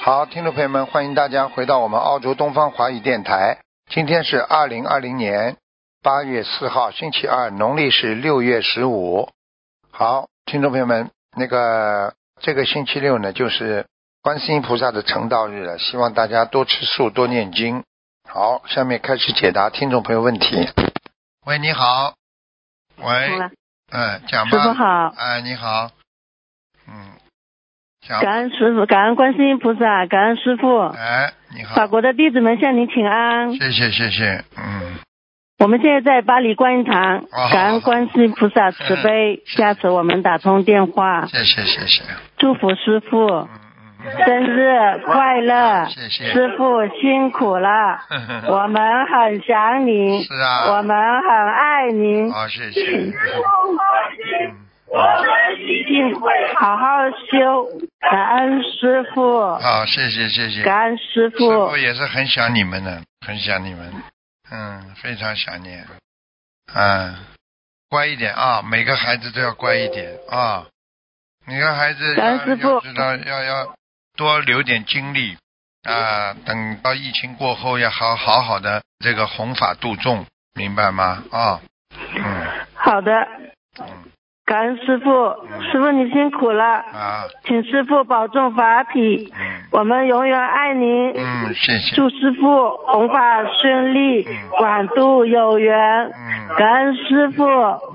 好，听众朋友们，欢迎大家回到我们澳洲东方华语电台。今天是二零二零年八月四号，星期二，农历是六月十五。好，听众朋友们，那个这个星期六呢，就是观世音菩萨的成道日了，希望大家多吃素，多念经。好，下面开始解答听众朋友问题。喂，你好。喂，好吧嗯，讲师傅吧。好，哎，你哎好。嗯，讲。感恩师傅，感恩观世音菩萨，感恩师傅。哎，你好。法国的弟子们向您请安。谢谢谢谢，嗯，我们现在在巴黎观音堂哦，感恩观世音菩萨慈悲，下次我们打通电话，谢谢谢谢，祝福师傅嗯嗯生日快乐，谢谢 师傅辛苦了，嗯，我们很想您，是啊我们很爱您，好谢 谢，嗯辛苦，好好修，感恩师傅，好谢谢谢谢，嗯师感恩师傅傅。也是很想你们的，很想你们，嗯，非常想念，嗯，乖一点啊，每个孩子都要乖一点啊，每个孩子感要恩师傅要知道要要多留点精力啊，等到疫情过后要好好好的这个弘法度众，明白吗？啊，嗯。好的，嗯感恩师傅，师傅你辛苦了，啊，请师傅保重法体，嗯我们永远爱您。嗯，谢谢，祝师傅弘法顺利嗯，广度有缘。嗯，哦感恩师傅，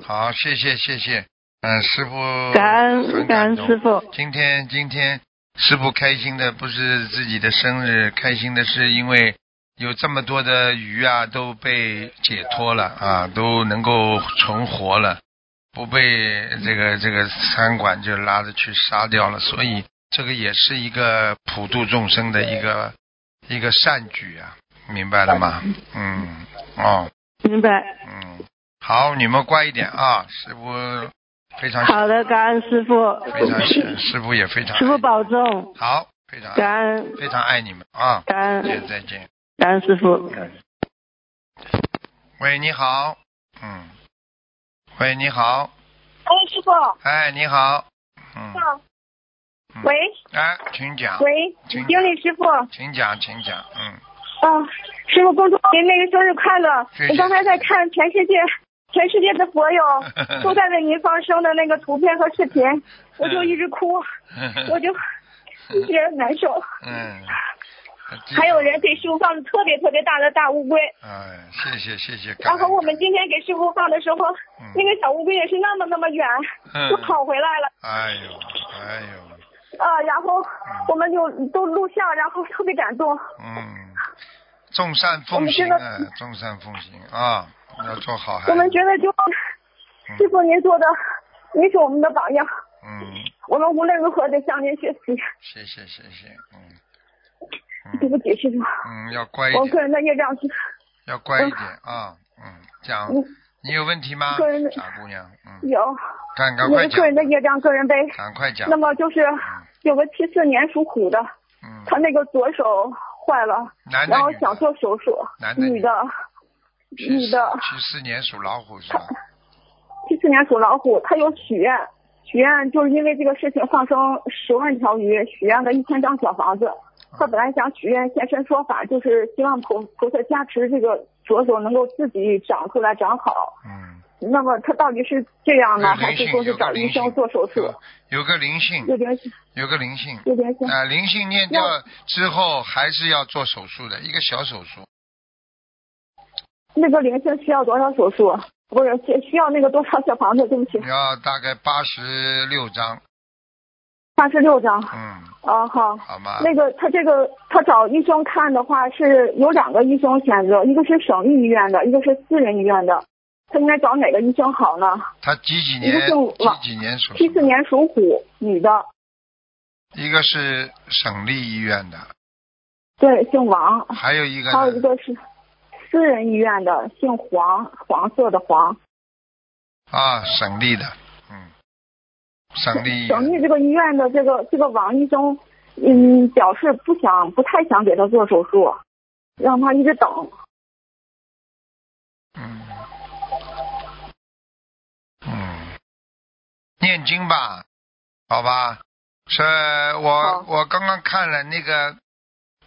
好，谢谢谢谢，嗯，师傅，感很恩感恩动师傅，今天今天师傅开心的不是自己的生日，开心的是因为有这么多的鱼啊都被解脱了啊，都能够存活了，不被这个这个餐馆就拉着去杀掉了，所以这个也是一个普度众生的一个一个善举啊，明白了吗？嗯，哦，明白。嗯，好，你们乖一点啊，师傅非常好的，感恩师傅，非常喜，师傅也非常师爱傅你保重，好，非常感恩非常爱你们啊！感再见恩再见。感恩师傅。喂，你好，嗯，喂，你好，哎，师傅，哎，你好，哦嗯，嗯喂哎，请讲，喂，请经理师傅，请讲，请讲，嗯，嗯，师傅恭祝您那个生日快乐谢谢！我刚才在看全世界全世界的 佛友都在为您放生的那个图片和视频，我就一直哭，我就一直难受。 嗯， 还有人给师傅放的特别特别大的大乌龟，哎，谢谢谢谢，感然恩后我们今天给师傅放的时候，嗯那个小乌龟也是那么那么远嗯就跑回来了。哎呦哎呦，啊，然后我们就都录像，然后特别感动。嗯，众善奉行啊，众善奉行啊，要做好孩子，我们觉得就嗯师傅您做的，您是我们的榜样，嗯，我们无论如何得向您学习。谢谢谢谢，嗯 对不起，师傅，嗯，要乖一我点个。人的业障是，要乖一点啊，嗯，讲嗯，你有问题吗个人的，傻姑娘？嗯，有，赶赶我快是讲个，人的业障，个人背。赶快讲那，么就是有个七四年属虎的，嗯，他那个左手坏了，男的然后女想的，做手术，男的女女的的，女的，七四年属老虎是吧？七四年属老虎，他有许愿。许愿就是因为这个事情放生十万条鱼，许愿了一千张小房子。他本来想许愿现身说法，就是希望菩菩萨加持这个左手能够自己长出来长好。嗯，那么他到底是这样呢，有还灵是性，说是有个找医灵生性嗯做手术？有有个灵性有，点有个灵性，有点像啊，灵性念掉之后还是要做手术的，一个小手术，那个灵性需要多少手术？不是需需要那个多少小房子？对不起你，要大概八十六张，八十六张。嗯，啊，好。好吗？那个他这个他找医生看的话是有两个医生选择，一个是省立医院的，一个是私人医院的。他应该找哪个医生好呢？他几几一年个是我？几几年属什七么四，年属虎，女的，一个是省立医院的，对，姓王。还有一个呢还有一个是私人医院的，姓黄，黄色的黄。啊，省立的，嗯，省立医省院立这个医院的这个这个王医生，嗯，表示不想不太想给他做手术，让他一直等。嗯，嗯，念经吧，好吧，是我好我刚刚看了那个，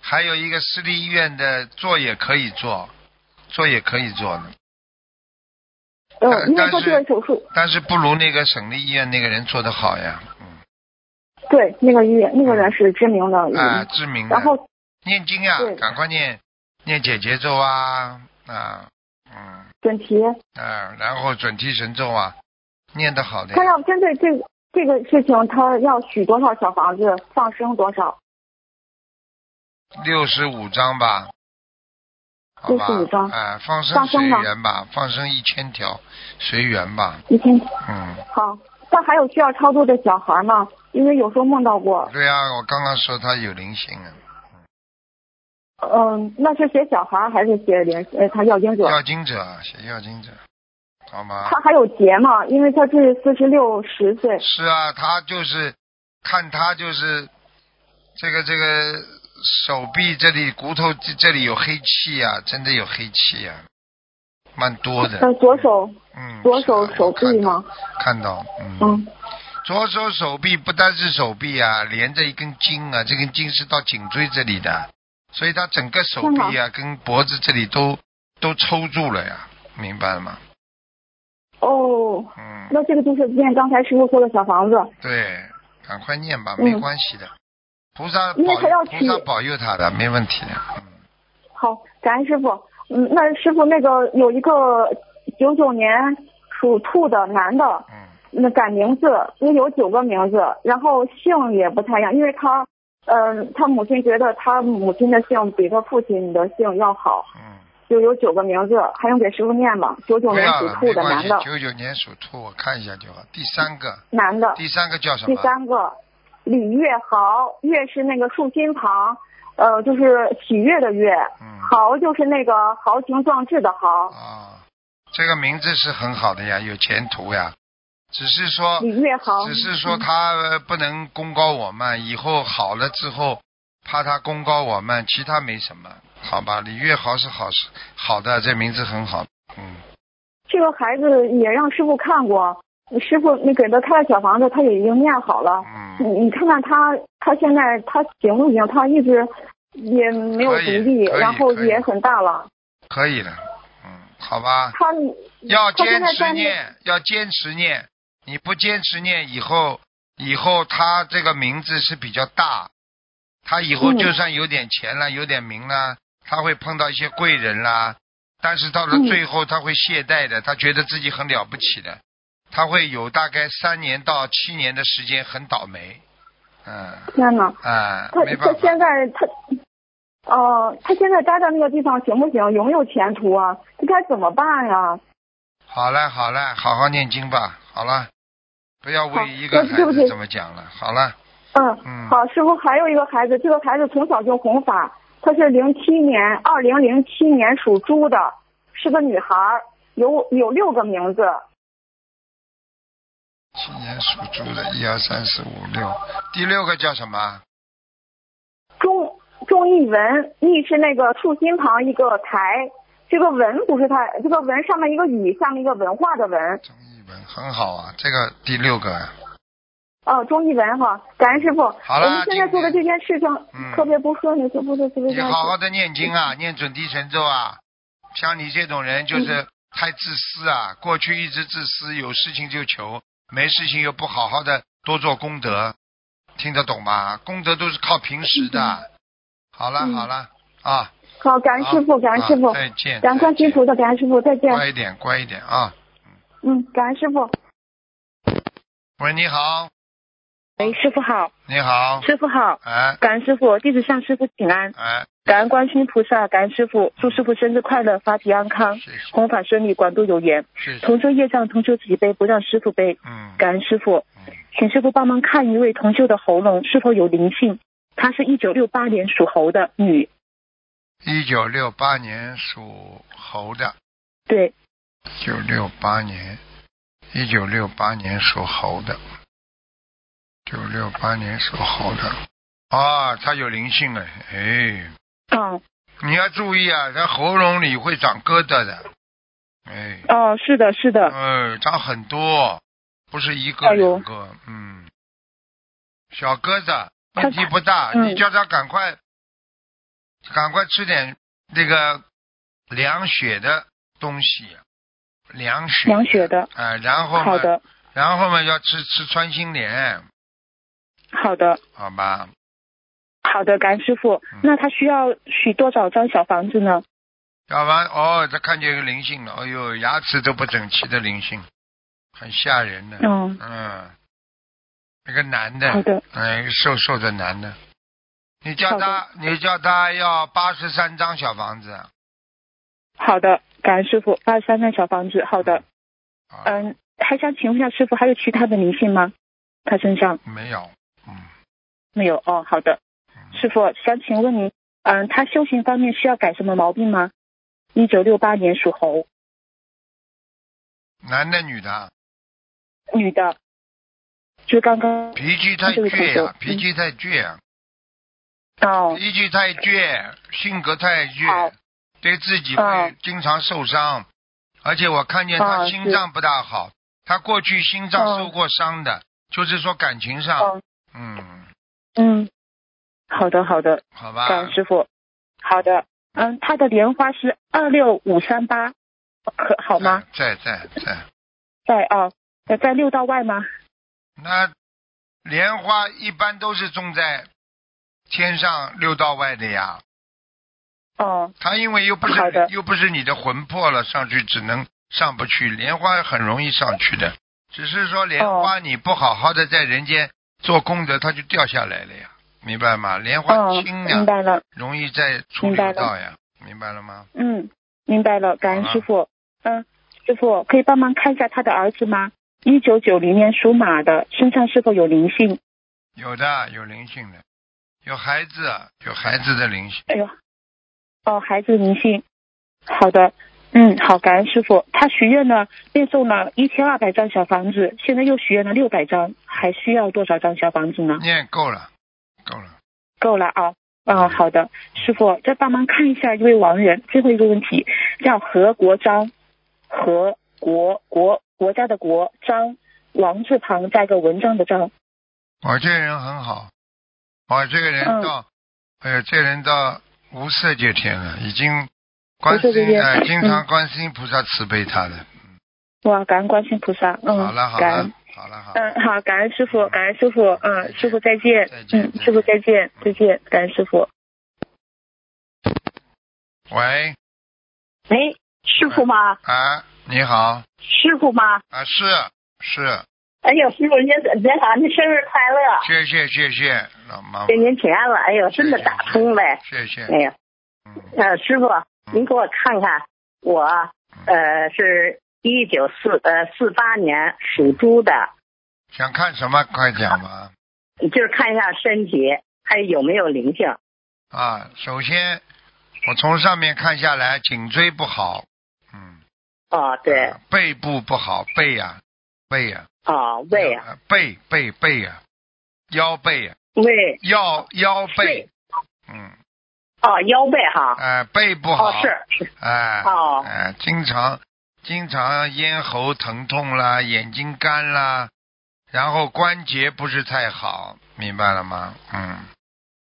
还有一个私立医院的做也可以做，做也可以做的，嗯，但因为做但是这个手术，但是不如那个省立医院那个人做的好呀，对，那个医院那个人是知名的医嗯院，啊，知名的。然后念经呀对，赶快念念解结咒啊啊嗯准提，啊，然后准提神咒啊，念得好的呀。他要针对这个这个事情，他要许多少小房子，放生多少，六十五张吧，好吧， 65张哎，放生放随生吧缘吧，放生一千条，随缘吧，一天嗯，好。但还有需要超度的小孩吗？因为有时候梦到过，对呀、我刚刚说他有灵性啊，嗯，那是写小孩还是写连呃他要经者？要经者啊写要经者，好吗？他还有劫吗？因为他是四十六十岁，是啊，他就是看他就是这个这个手臂这里骨头这这里有黑气啊，真的有黑气啊，蛮多的，呃左手嗯，左是啊手手臂？吗我？看到看到，嗯，左手手臂不单是手臂啊，连着一根筋啊，这根筋是到颈椎这里的，所以他整个手臂啊跟脖子这里都都抽住了呀，明白了吗？哦，嗯，那这个就是念刚才师傅说的小房子，对，赶快念吧，嗯没关系的，菩萨因为保他佑要菩去萨保佑他的，没问题的。嗯好，感恩师傅。嗯，那师傅那个有一个九九年属兔的男的，嗯，那改名字，因为有九个名字，然后姓也不太一样，因为他，呃，他母亲觉得他母亲的姓比他父亲的姓要好，嗯，就有九个名字，还用给师傅念吗？九九不年要属了，兔没的关男系的。，九九年属兔，我看一下就好。第三个，男的，第三个叫什第么？三个李月豪，月是那个竖心旁，呃，就是喜悦的悦，嗯豪就是那个豪情壮志的豪。啊，这个名字是很好的呀，有前途呀，只是说李月豪，嗯只是说他呃不能功高我慢，以后好了之后，怕他功高我慢，其他没什么，好吧？李月豪是好是好的，这名字很好，嗯，这个孩子也让师傅看过，师傅你给他开了小房子，他也已经念好了。嗯，你你看看他，他现在他行不行？他一直也没有可独以立，可以然后可以也很大了。可以的，嗯，好吧，他要他现坚在持在那念，要坚持念，你不坚持念，以后以后他这个名字是比较大，他以后嗯就算有点钱了，有点名了，他会碰到一些贵人啦，但是到了嗯最后他会懈怠的，他觉得自己很了不起的，他会有大概三年到七年的时间很倒霉，嗯天呐，啊，他没他办法现，在他，呃，他现在待在那个地方行不行？有没有前途啊？这该怎么办呀？好了好了，好好念经吧，好了，不要好为一个那孩对不子起这么讲了，好了，嗯，嗯。好，师傅还有一个孩子，这个孩子从小就弘法，她是零七年，二零零七年属猪的，是个女孩儿，有有六个名字，七年属猪的，一二三四五六，第六个叫什么？钟钟义文，义是那个竖心旁一个台，这个文不是他，这个文上面一个雨，下面一个文化的文，钟一文，很好啊，这个第六个啊，哦，钟义文哈，感恩师傅，好了我们现在做的这件事情、嗯特别不顺利，特不是特别你好好的念经啊，念准提神咒啊。像你这种人就是太自私啊，过去一直自私，有事情就求，没事情又不好好的多做功德，听得懂吗？功德都是靠平时的。好了好了啊，好，嗯感恩师傅，好感恩师傅啊，再见，感恩观世音菩再萨，感恩师傅，再见见，乖一点乖一点啊。嗯，感恩师傅。喂，你好，喂，哎师傅好，你好，师傅好，哎感恩师傅，弟子向师傅请安，哎，感恩观世音菩萨，感恩师傅，祝师傅生日快乐，发体安康，谢谢弘法顺利，广度有缘，谢谢，同修业障，同修自己背，不让师傅背，嗯。感恩师傅，嗯请师傅帮忙看一位同修的喉咙是否有灵性，她是一九六八年属猴的女，一九六八年属猴的，对，一九六八年，一九六八年属猴的，九六八年属猴的，啊，它有灵性哎，哎，哦你要注意啊，它喉咙里会长疙瘩的，哎，哦，是的，是的，呃，长很多，不是一个哎呦两个，嗯，小疙瘩，问题他不大，嗯你叫他赶快，赶快吃点那个凉血的东西，啊凉血，凉血的，哎、然后好嘛，的，然后嘛要吃吃穿心莲，好的，好吧？好的，感恩师傅。那他需要许多少张小房子呢？要不然哦，他看见一个灵性了，哎呦，牙齿都不整齐的灵性，很吓人的，嗯，嗯，那个男好的，的，哎，瘦瘦的男的，你叫好的他，你叫他要八十三张小房子，啊好的，感恩师傅。八十三张小房子，好的。啊，嗯，还想请问一下师傅，还有其他的灵性吗？他身上没有，嗯，没有哦。好的，师傅想请问您，嗯，他修行方面需要改什么毛病吗？一九六八年属猴，男的女的，女的，就刚刚脾气太嗯这个倔嗯同呀、学脾气太倔呀、哦，脾气太倔，性格太倔好，对自己嗯会经常受伤，而且我看见他嗯心脏不大好，他过去心脏嗯受过伤的，就是说感情上，嗯嗯，嗯，好的好的，好感吧恩，师傅。好的，嗯，他的莲花是二六五三八，可好吗？嗯在在在，在啊，呃在六道外吗？那莲花一般都是种在天上六道外的呀，哦，他因为又不好是的又不是你的魂魄了，上去只能上不去。莲花很容易上去的，只是说莲花你不好好的在人间做功德，它就掉下来了呀，明白吗？莲花哦，轻呀明，白了，容易在出明白六了道呀，明白了吗？嗯，明白了，感恩好了啊师傅。嗯，师傅可以帮忙看一下他的儿子吗？一九九零年属马的，身上是否有灵性？有的，有灵性的，有孩子，啊有孩子的灵性。哎呦，哦，孩子灵性。好的，嗯，好，感恩师傅。他许愿呢，念诵了一千二百张小房子，现在又许愿了六百张，还需要多少张小房子呢？念够了，够了。够了啊。嗯，好的，师傅，再帮忙看一下一位亡人，最后一个问题，叫何国章，何国国国家的国章，王字旁加一个文章的章。我哦这个人很好，我这个人嗯到，哎呀，这个人到无色界天了，已经观世无色界音天哎，经常嗯观世音菩萨慈悲他的。哇，感恩观世音菩萨，嗯，好了好感了恩，好了好了，嗯，好，感恩师傅，感恩师傅，嗯，师傅再见再，见嗯，师傅再见，再见，感恩师傅。喂，喂，哎师傅吗？啊，你好，师傅吗？啊是是，哎呦，师傅，您您好，您生日快乐，谢谢谢谢老妈妈给，您请安了。哎呦，真的打通了。谢谢，哎呀，嗯呃，师傅，您给我看看，我呃是一九四呃四八年属猪的，想看什么快讲吧。就是看一下身体还有没有灵性。啊，首先我从上面看下来，颈椎不好，嗯，哦，对，啊背部不好，背呀、背呀、哦，胃啊，呃背背背呀、腰背呀、胃，腰腰背背，嗯，哦，腰背哈，哎、背不好，哦，是是，哎、哦哎、经常经常咽喉疼痛啦，眼睛干啦，然后关节不是太好，明白了吗？嗯，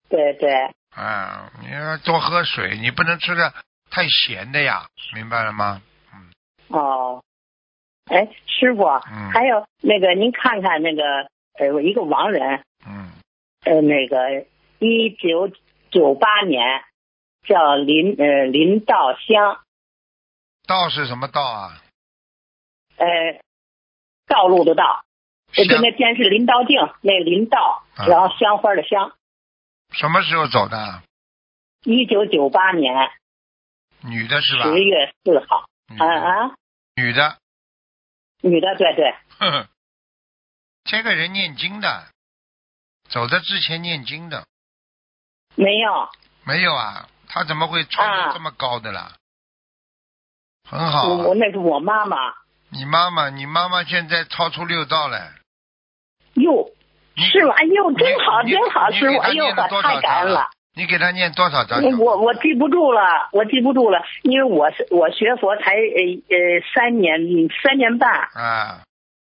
对对，啊，你要多喝水，你不能吃的太咸的呀，明白了吗？哦，哎，师傅，嗯还有那个您看看那个呃，我一个亡人，嗯，呃，那个一九九八年叫林呃林道香，道是什么道啊？呃，道路的道，呃就香那天是林道静，那林道，啊然后香花的香，什么时候走的？啊一九九八年女的是吧？嗯十月四号，女啊的，啊，女的，女的，对对，呵呵， 这个人念经的，走的之前念经的，没有。没有啊？他怎么会穿啊的这么高的啦？很好我啊、我那是我妈妈。你妈妈，你妈妈现在超出六道了。哟，你是吗？哎呦，你真好，你真好，你师给傅，他哎呦，念了我多少啊太感恩章了了。你给他念多少张？我我记不住了，我记不住了，因为我是我学佛才呃呃三年三年半啊，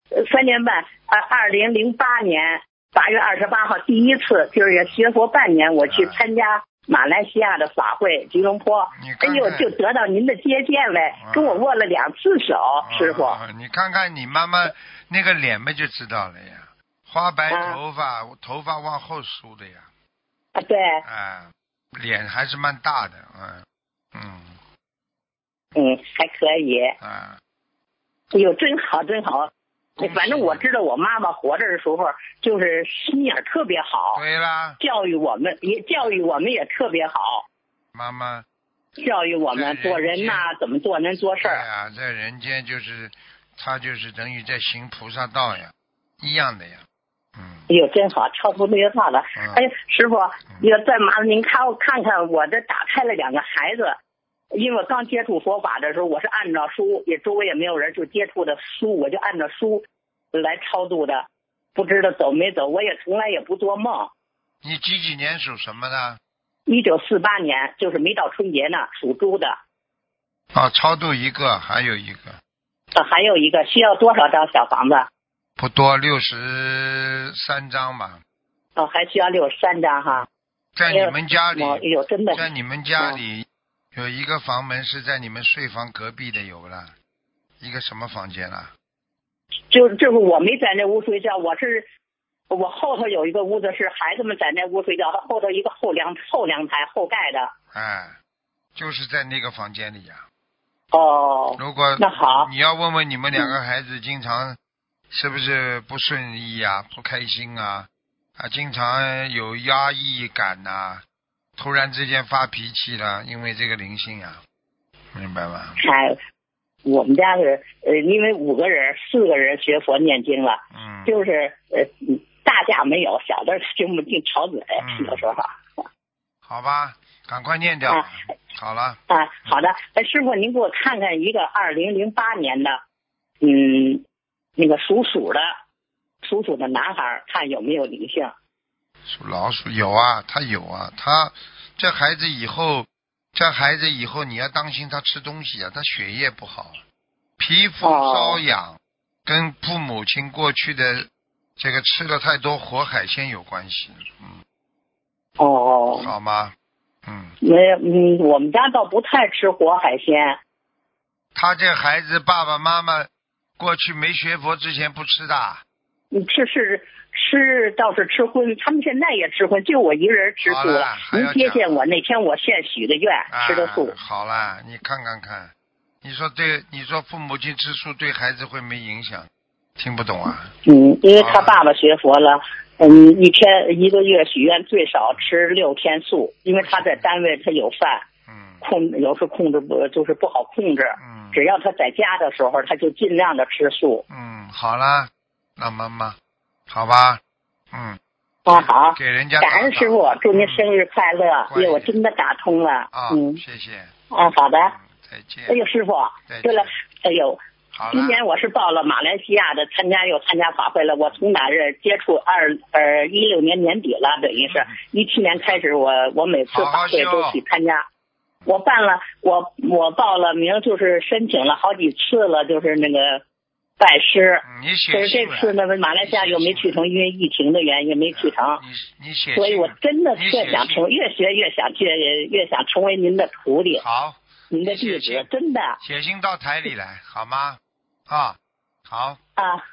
呃三年半，呃二零零八年八月二十八号第一次就是学佛半年，我嗯去参加马来西亚的法会吉隆坡，你看看哎呦，就得到您的接见嘞啊，跟我握了两次手，师傅。啊你看看你妈妈那个脸嘛，就知道了呀。花白啊头发，头发往后梳的呀，啊，对，啊，脸还是蛮大的，嗯嗯嗯，还可以，啊，哎呦，真好，真好哎恭喜。反正我知道我妈妈活着的时候，就是心眼儿特别好，对啦，教育我们也教育我们也特别好，妈妈，教育我们对做人哎呐、怎么做人做事对儿。呀、在人间就是，她就是等于在行菩萨道呀，一样的呀，嗯，哎呦，真好，超出规划了。嗯哎，师傅，也再麻烦您看看看我这打开了两个孩子，因为我刚接触佛法的时候，我是按照书，也周围也没有人，就接触的书，我就按照书来超度的，不知道走没走，我也从来也不做梦。你几几年属什么的？一九四八年，就是没到春节呢，属猪的。啊哦，超度一个，还有一个呃，还有一个需要多少张小房子？不多，六十三张吧，哦，还需要六十三张哈。在你们家里我哎呦，真的在你们家里有一个房门是在你们睡房隔壁的，有不啦？一个什么房间啊啦？就是就是我没在那屋睡觉，我是我后头有一个屋子是孩子们在那屋睡觉，后头一个后凉后凉台后盖的。哎，就是在那个房间里呀、哦，如果那好，你要问问你们两个孩子经常是不是不顺意啊、不开心啊、啊，经常有压抑感呐、突然之间发脾气了，因为这个灵性啊，明白吗？哎，我们家是呃，因为五个人，四个人学佛念经了，嗯，就是呃大架没有，小的听不净吵嘴，嗯有时候。好吧，赶快念掉，啊好了，啊，好的，哎，师傅，您给我看看一个二零零八年的，嗯，那个属鼠的，属鼠的男孩儿，看有没有灵性。属老鼠有啊，他有啊，他这孩子以后，这孩子以后你要当心他吃东西啊，他血液不好，皮肤哦瘙痒，跟父母亲过去的这个吃了太多活海鲜有关系，嗯，哦，好吗？嗯，没有，嗯，我们家倒不太吃活海鲜。他这孩子爸爸妈妈过去没学佛之前不吃的，啊你嗯吃是吃倒是吃荤，他们现在也吃荤，就我一个人吃素好了还要您接讲见我那天，我现许的愿，啊吃的素。好啦，你看看看，你说对，你说父母亲吃素对孩子会没影响？听不懂啊？嗯，因为好他了爸爸学佛了，嗯，一天一个月许愿最少吃六天素，因为他在单位他有饭。嗯控有时候控制不就是不好控制。嗯只要他在家的时候，他就尽量的吃素。嗯，好啦，那妈妈，好吧，嗯，啊，好，给人家感恩打师傅赏，祝您嗯生日快乐！嗯哎呦，我真的打通了。啊，嗯，谢谢，啊，好的。嗯，再见哎，呦，师傅，再对了见，，哎呦，好今年了，我是报了马来西亚的参加又参加法会了，我从哪儿接触二呃一六年年底了，等于是嗯一七年开始我，我每次好好法会修哦都去参加。我办了，我我报了名，就是申请了好几次了，就是那个拜师。嗯你可写是这信次来呢，马来西亚又没去成，因为疫情的原因没去成。你你写信来，所以我真的你特写想信成，越学越想去，越想成为您的徒弟，好，您的你写弟信子，真的写信到台里来，好吗？啊，好，啊！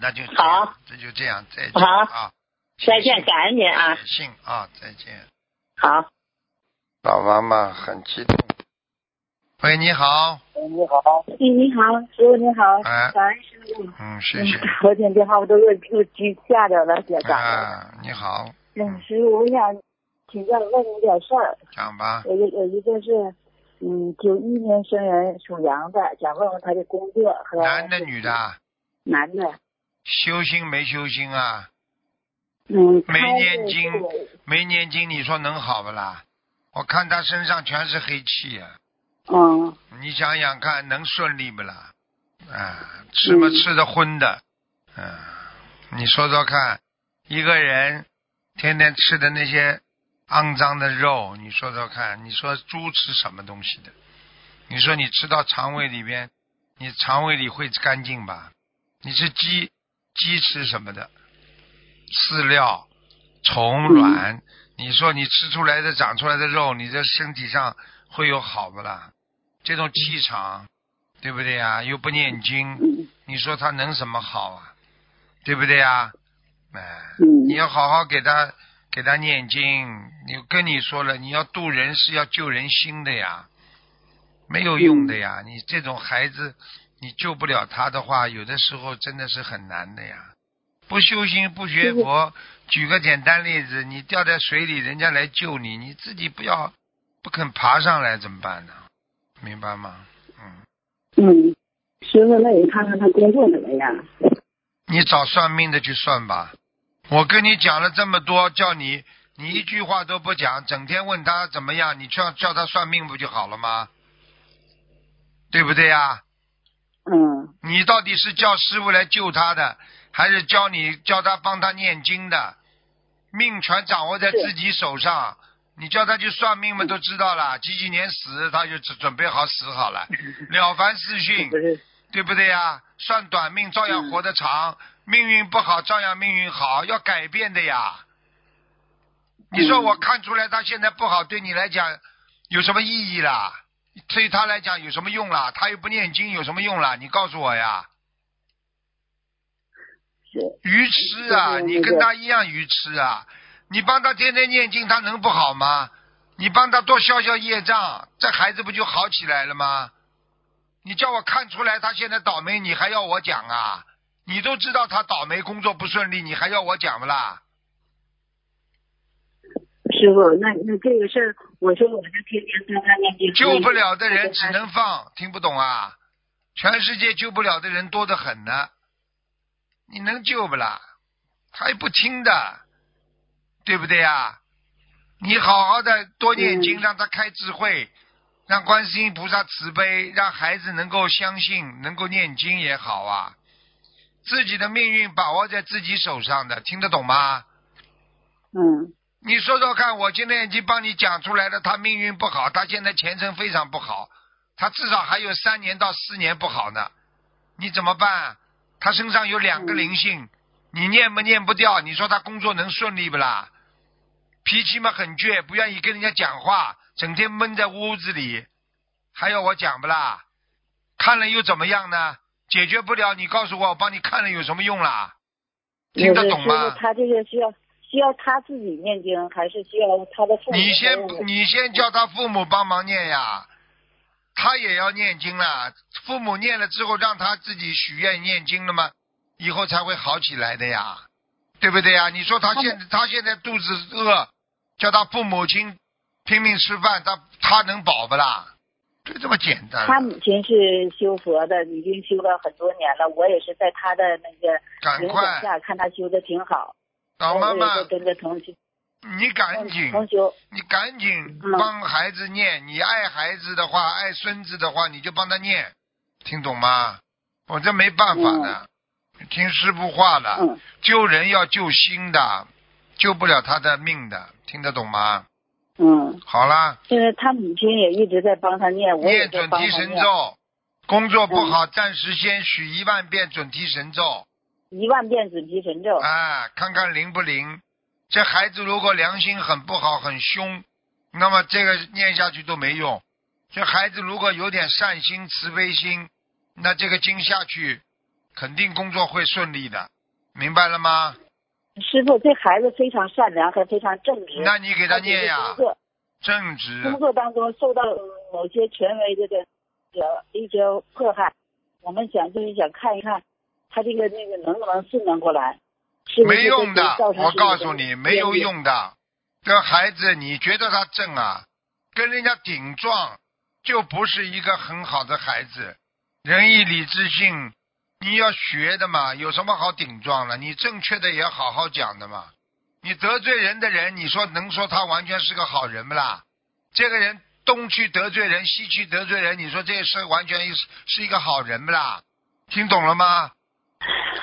那就这好样，这就这样，再见好啊，再写见，信感恩您啊！写信啊，再见。好。老妈妈很激动。喂，你好，你好，哎你好，师傅你好，哎，感恩师傅。嗯，谢谢。嗯我讲电话我都又又记下来了，嗯姐长。啊，你好，嗯，师傅，我想请教问你点事儿。讲吧。有一有一个是，嗯，九一年生人，属羊的，想问问他的工作和男的女的啊，男的，修心没修心啊？嗯，没他念是经没念经，你说能好不啦？我看他身上全是黑气啊，嗯你想想看，能顺利不啦？啊，吃嘛嗯吃的荤的，嗯、你说说看，一个人天天吃的那些肮脏的肉，你说说看，你说猪吃什么东西的？你说你吃到肠胃里边，你肠胃里会干净吧？你吃鸡，鸡吃什么的？饲料、虫卵，你说你吃出来的长出来的肉，你这身体上会有好不啦？这种气场，对不对呀、又不念经，嗯你说他能什么好啊？对不对呀、哎，嗯你要好好给他给他念经。你跟你说了，你要渡人是要救人心的呀，没有用的呀。你这种孩子，你救不了他的话，有的时候真的是很难的呀。不修心不学佛，举个简单例子，你掉在水里，人家来救你，你自己不要不肯爬上来怎么办呢？明白吗？嗯，嗯，师傅，那你看看他工作怎么样？你找算命的去算吧。我跟你讲了这么多，叫你你一句话都不讲，整天问他怎么样，你叫叫他算命不就好了吗？对不对呀、嗯你到底是叫师傅来救他的，还是教你叫他帮他念经的？命全掌握在是自己手上，你叫他去算命嘛，都知道了，几几年死，他就准准备好死好了。了凡四训不，是，对不对呀？算短命照样活得长，命运不好照样命运好，要改变的呀。你说我看出来他现在不好，对你来讲有什么意义啦？对他来讲有什么用啦？他又不念经，有什么用啦？你告诉我呀。是愚痴啊！就是那个你跟他一样愚痴啊！你帮他天天念经，他能不好吗？你帮他多消消业障，这孩子不就好起来了吗？你叫我看出来他现在倒霉，你还要我讲啊？你都知道他倒霉，工作不顺利，你还要我讲不啦？师傅，那那这个事儿，我说我这天天在外面救不了的人只能放，听不懂啊？全世界救不了的人多得很呢，你能救不啦？他也不听的，对不对啊？你好好的多念经，嗯让他开智慧，让观世音菩萨慈悲，让孩子能够相信，能够念经也好啊。自己的命运把握在自己手上的，听得懂吗？嗯你说说看，我今天已经帮你讲出来了，他命运不好，他现在前程非常不好，他至少还有三年到四年不好呢，你怎么办啊？他身上有两个灵性，你念不念不掉？你说他工作能顺利不啦？脾气嘛很倔，不愿意跟人家讲话，整天闷在屋子里，还要我讲不啦？看了又怎么样呢？解决不了，你告诉我，我帮你看了有什么用啦？听得懂吗？师傅，他这个需要需要他自己念经，还是需要他的父母？你先你先叫他父母帮忙念呀，他也要念经啦。父母念了之后，让他自己许愿念经了嘛，以后才会好起来的呀，对不对呀？你说他现他现在肚子饿，叫他父母亲拼命吃饭，他他能饱不啦？就这么简单。他母亲是修佛的，已经修了很多年了。我也是在他的那个赶影快响，下看他修的挺好。老妈妈我，也是跟着同学你赶紧，同修，你赶紧嗯帮孩子念。你爱孩子的话，爱孙子的话，你就帮他念，听懂吗？我这没办法的，听师傅话的，嗯救人要救心的，救不了他的命的，听得懂吗？嗯，好啦，就是他母亲也一直在帮他念，我也念在准帮提他神念嗯咒，工作不好，暂时先许一万遍准提神咒，一万遍准提 神咒。啊，看看灵不灵。这孩子如果良心很不好、很凶，那么这个念下去都没用。这孩子如果有点善心、慈悲心，那这个经下去，肯定工作会顺利的，明白了吗？师傅，这孩子非常善良，还非常正直。那你给嗯他念呀工，作正工直。作当中受到某些权威这个呃一些迫害，我们想就是想看一看他这个那个能不能顺转过来，是不是没用的对自己造，成我是一个告诉你，没有用的。这孩子，你觉得他正啊？跟人家顶撞，就不是一个很好的孩子。仁义礼智信，你要学的嘛，有什么好顶撞的？你正确的也好好讲的嘛。你得罪人的人，你说能说他完全是个好人不啦？这个人东去得罪人，西去得罪人，你说这是完全是是一个好人不啦？听懂了吗？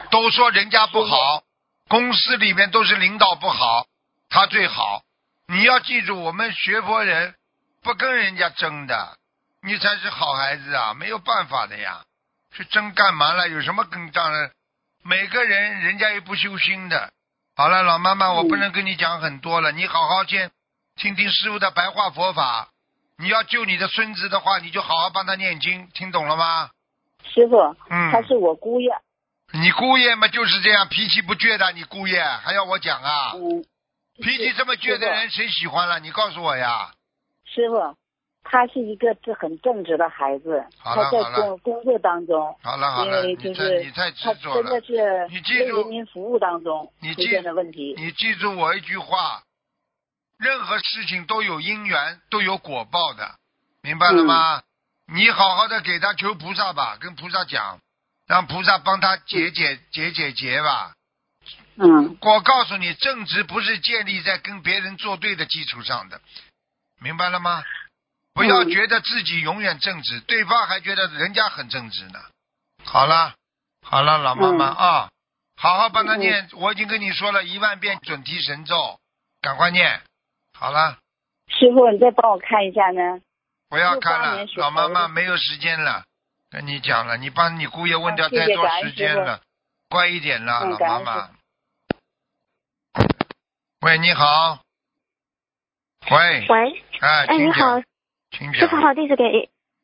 都说人家不好，公司里面都是领导不好，他最好。你要记住，我们学佛人不跟人家争的，你才是好孩子啊！没有办法的呀，去争干嘛了？有什么跟仗呢？每个人人家又不修心的，好了，老妈妈，我嗯不能跟你讲很多了，你好好先听听师傅的白话佛法。你要救你的孙子的话，你就好好帮他念经，听懂了吗？师傅，嗯他是我姑爷，你姑爷嘛就是这样，脾气不倔的，你姑爷还要我讲啊？嗯，脾气这么倔的人谁喜欢了？你告诉我呀。师傅，他是一个很正直的孩子，好了他在好了工工作当中，好了好因了，为你就太是你太执他着真了的。是为你记住人民服务当中你出记现的问题。你记住我一句话，任何事情都有因缘，都有果报的，明白了吗？嗯你好好的给他求菩萨吧，跟菩萨讲，让菩萨帮他解解解解结吧。嗯，我告诉你，正直不是建立在跟别人作对的基础上的，明白了吗？不要觉得自己永远正直，对方还觉得人家很正直呢。好了，好了，老妈妈嗯啊，好好帮他念。我已经跟你说了一万遍准提神咒，赶快念。好了，师傅，你再帮我看一下呢？不要看68了年，属老妈妈猴的没有时间了。跟你讲了，你帮你姑爷问掉啊谢谢太多感恩时师间傅了，乖一点了，嗯老感妈恩师妈。喂，你好。喂，喂，哎，哎，你请好讲，，请师傅讲，好，弟子给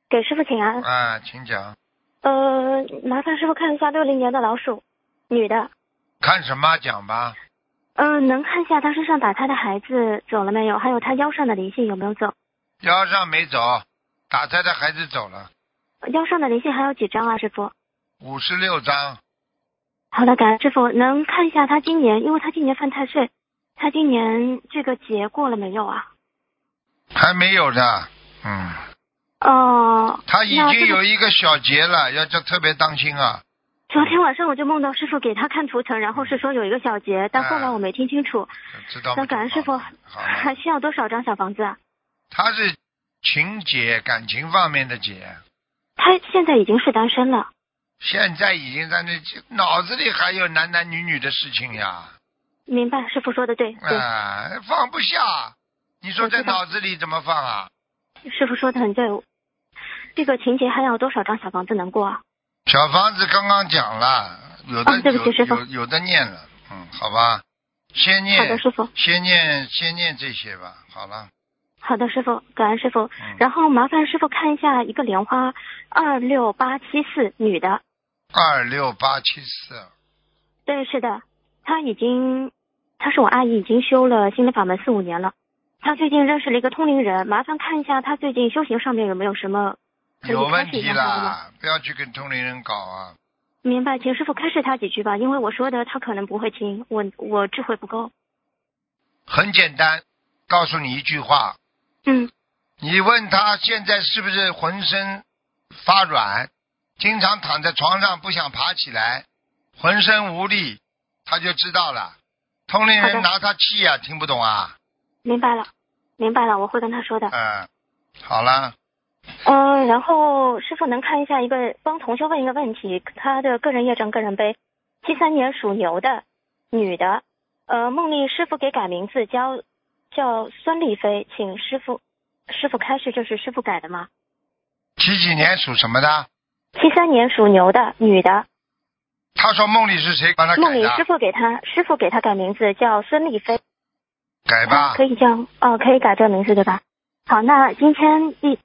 给师傅请安。哎，请讲。呃，麻烦师傅看一下六零年的老鼠，女的，看什么讲吧？嗯、能看一下她身上打胎的孩子走了没有？还有她腰上的灵性有没有走？腰上没走，打胎的孩子走了，腰上的灵性还有几张啊，师傅？五十六张，好的，感恩师傅，能看一下她今年，因为她今年犯太岁，她今年这个劫过了没有啊？还没有呢。嗯，哦、他已那经这个有一个小结了，要叫特别当心啊。昨天晚上我就梦到师傅给她看图腾，然后是说有一个小劫，但后来我没听清楚。知道吗？那感恩师傅啊好了，还需要多少张小房子啊？他是情结，感情方面的结，她现在已经是单身了。现在已经在那脑子里还有男男女女的事情呀，明白，师傅说的对，啊、对，放不下。你说我在知道脑子里怎么放啊？师傅说的很对。这个情节还要多少张小房子能过啊？小房子刚刚讲了，有的、哦对不起有师傅有有的念了，嗯，好吧，先好的，念师傅，先念先念这些吧，好了，好的，师傅，感恩师傅。嗯，然后麻烦师傅看一下一个莲花，二六八七四，女的，二六八七四，对，是的，她已经，她是我阿姨，已经修了心灵法门四五年了。她最近认识了一个通灵人，麻烦看一下她最近修行上面有没有什么可以有问开始一题下好吗？啦，不要去跟通灵人搞啊，明白，请师傅开示她几句吧，因为我说的她可能不会听，我我智慧不够。很简单，告诉你一句话，嗯，你问他现在是不是浑身发软，经常躺在床上不想爬起来，浑身无力，他就知道了。通灵好的人拿他气啊，听不懂啊。明白了，明白了，我会跟他说的。嗯，好了，嗯、然后师傅能看一下一个帮同学问一个问题，他的个人业障、个人杯，七三年属牛的女的，呃，梦丽师傅给改名字叫叫孙丽飞，请师傅师傅开示，这是师傅改的吗？几几年属什么的？七三年属牛的女的，他说梦里是谁帮他梦改里师的？傅给她师傅给她改名字叫孙丽飞，改吧可，以这样哦，可以改这个名字对吧？好，那今天一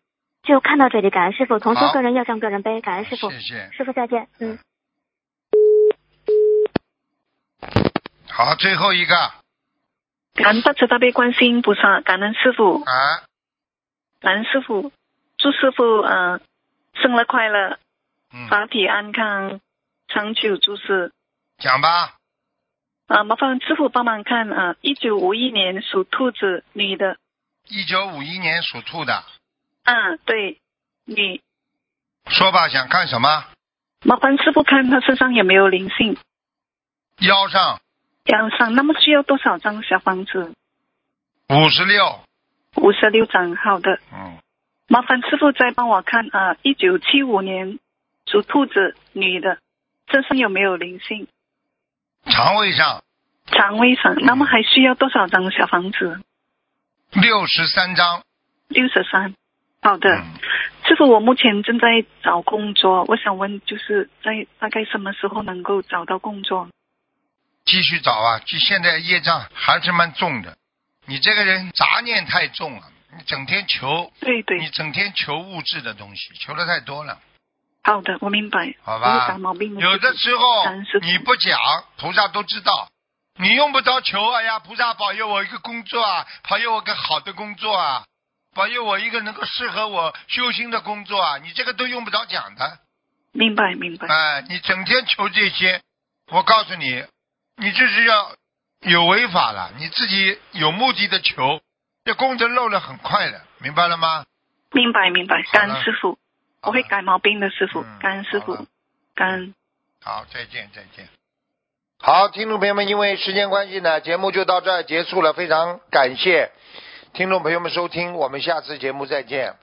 就看到这里，感恩师傅，同修好个人业障、个人杯，感恩师傅。谢谢。师傅再见。嗯，好，最后一个感恩大慈大悲观世音菩萨，感恩师傅，啊，感恩师傅，祝师傅呃生日快乐，嗯，法体安康，长久诸事。讲吧，啊，麻烦师傅帮忙看啊，一九五一年属兔子女的，一九五一年属兔的，啊，对，女，说吧，想看什么？麻烦师傅看她身上有没有灵性，腰上腰上，那么需要多少张小房子？五十六，五十六张，好的，嗯，麻烦师傅再帮我看啊，一九七五年属兔子女的，身上有没有灵性？肠胃上肠胃上，嗯那么还需要多少张小房子？六十三张，六十三。好的，嗯，师傅，我目前正在找工作，我想问，就是在大概什么时候能够找到工作？继续找啊，就现在业障还是蛮重的。你这个人杂念太重了，你整天求，对对你，整天求物质的东西，求的太多了，好的，我明白。好我吧会改毛病有的时候感恩师父你不讲，菩萨都知道。你用不着求，哎呀，菩萨保佑我一个工作啊，保佑我个好的工作啊，保佑我一个能够适合我修行的工作啊，你这个都用不着讲的。明白明白。哎，你整天求这些，我告诉你，你这是要有违法了，你自己有目的的求，这功德漏了很快的，明白了吗？明白明白，好感了恩师傅，我会改毛病的，师傅嗯，感恩师好了傅，感恩。好，再见，再见。好，听众朋友们，因为时间关系呢，节目就到这儿结束了。非常感谢听众朋友们收听，我们下次节目再见。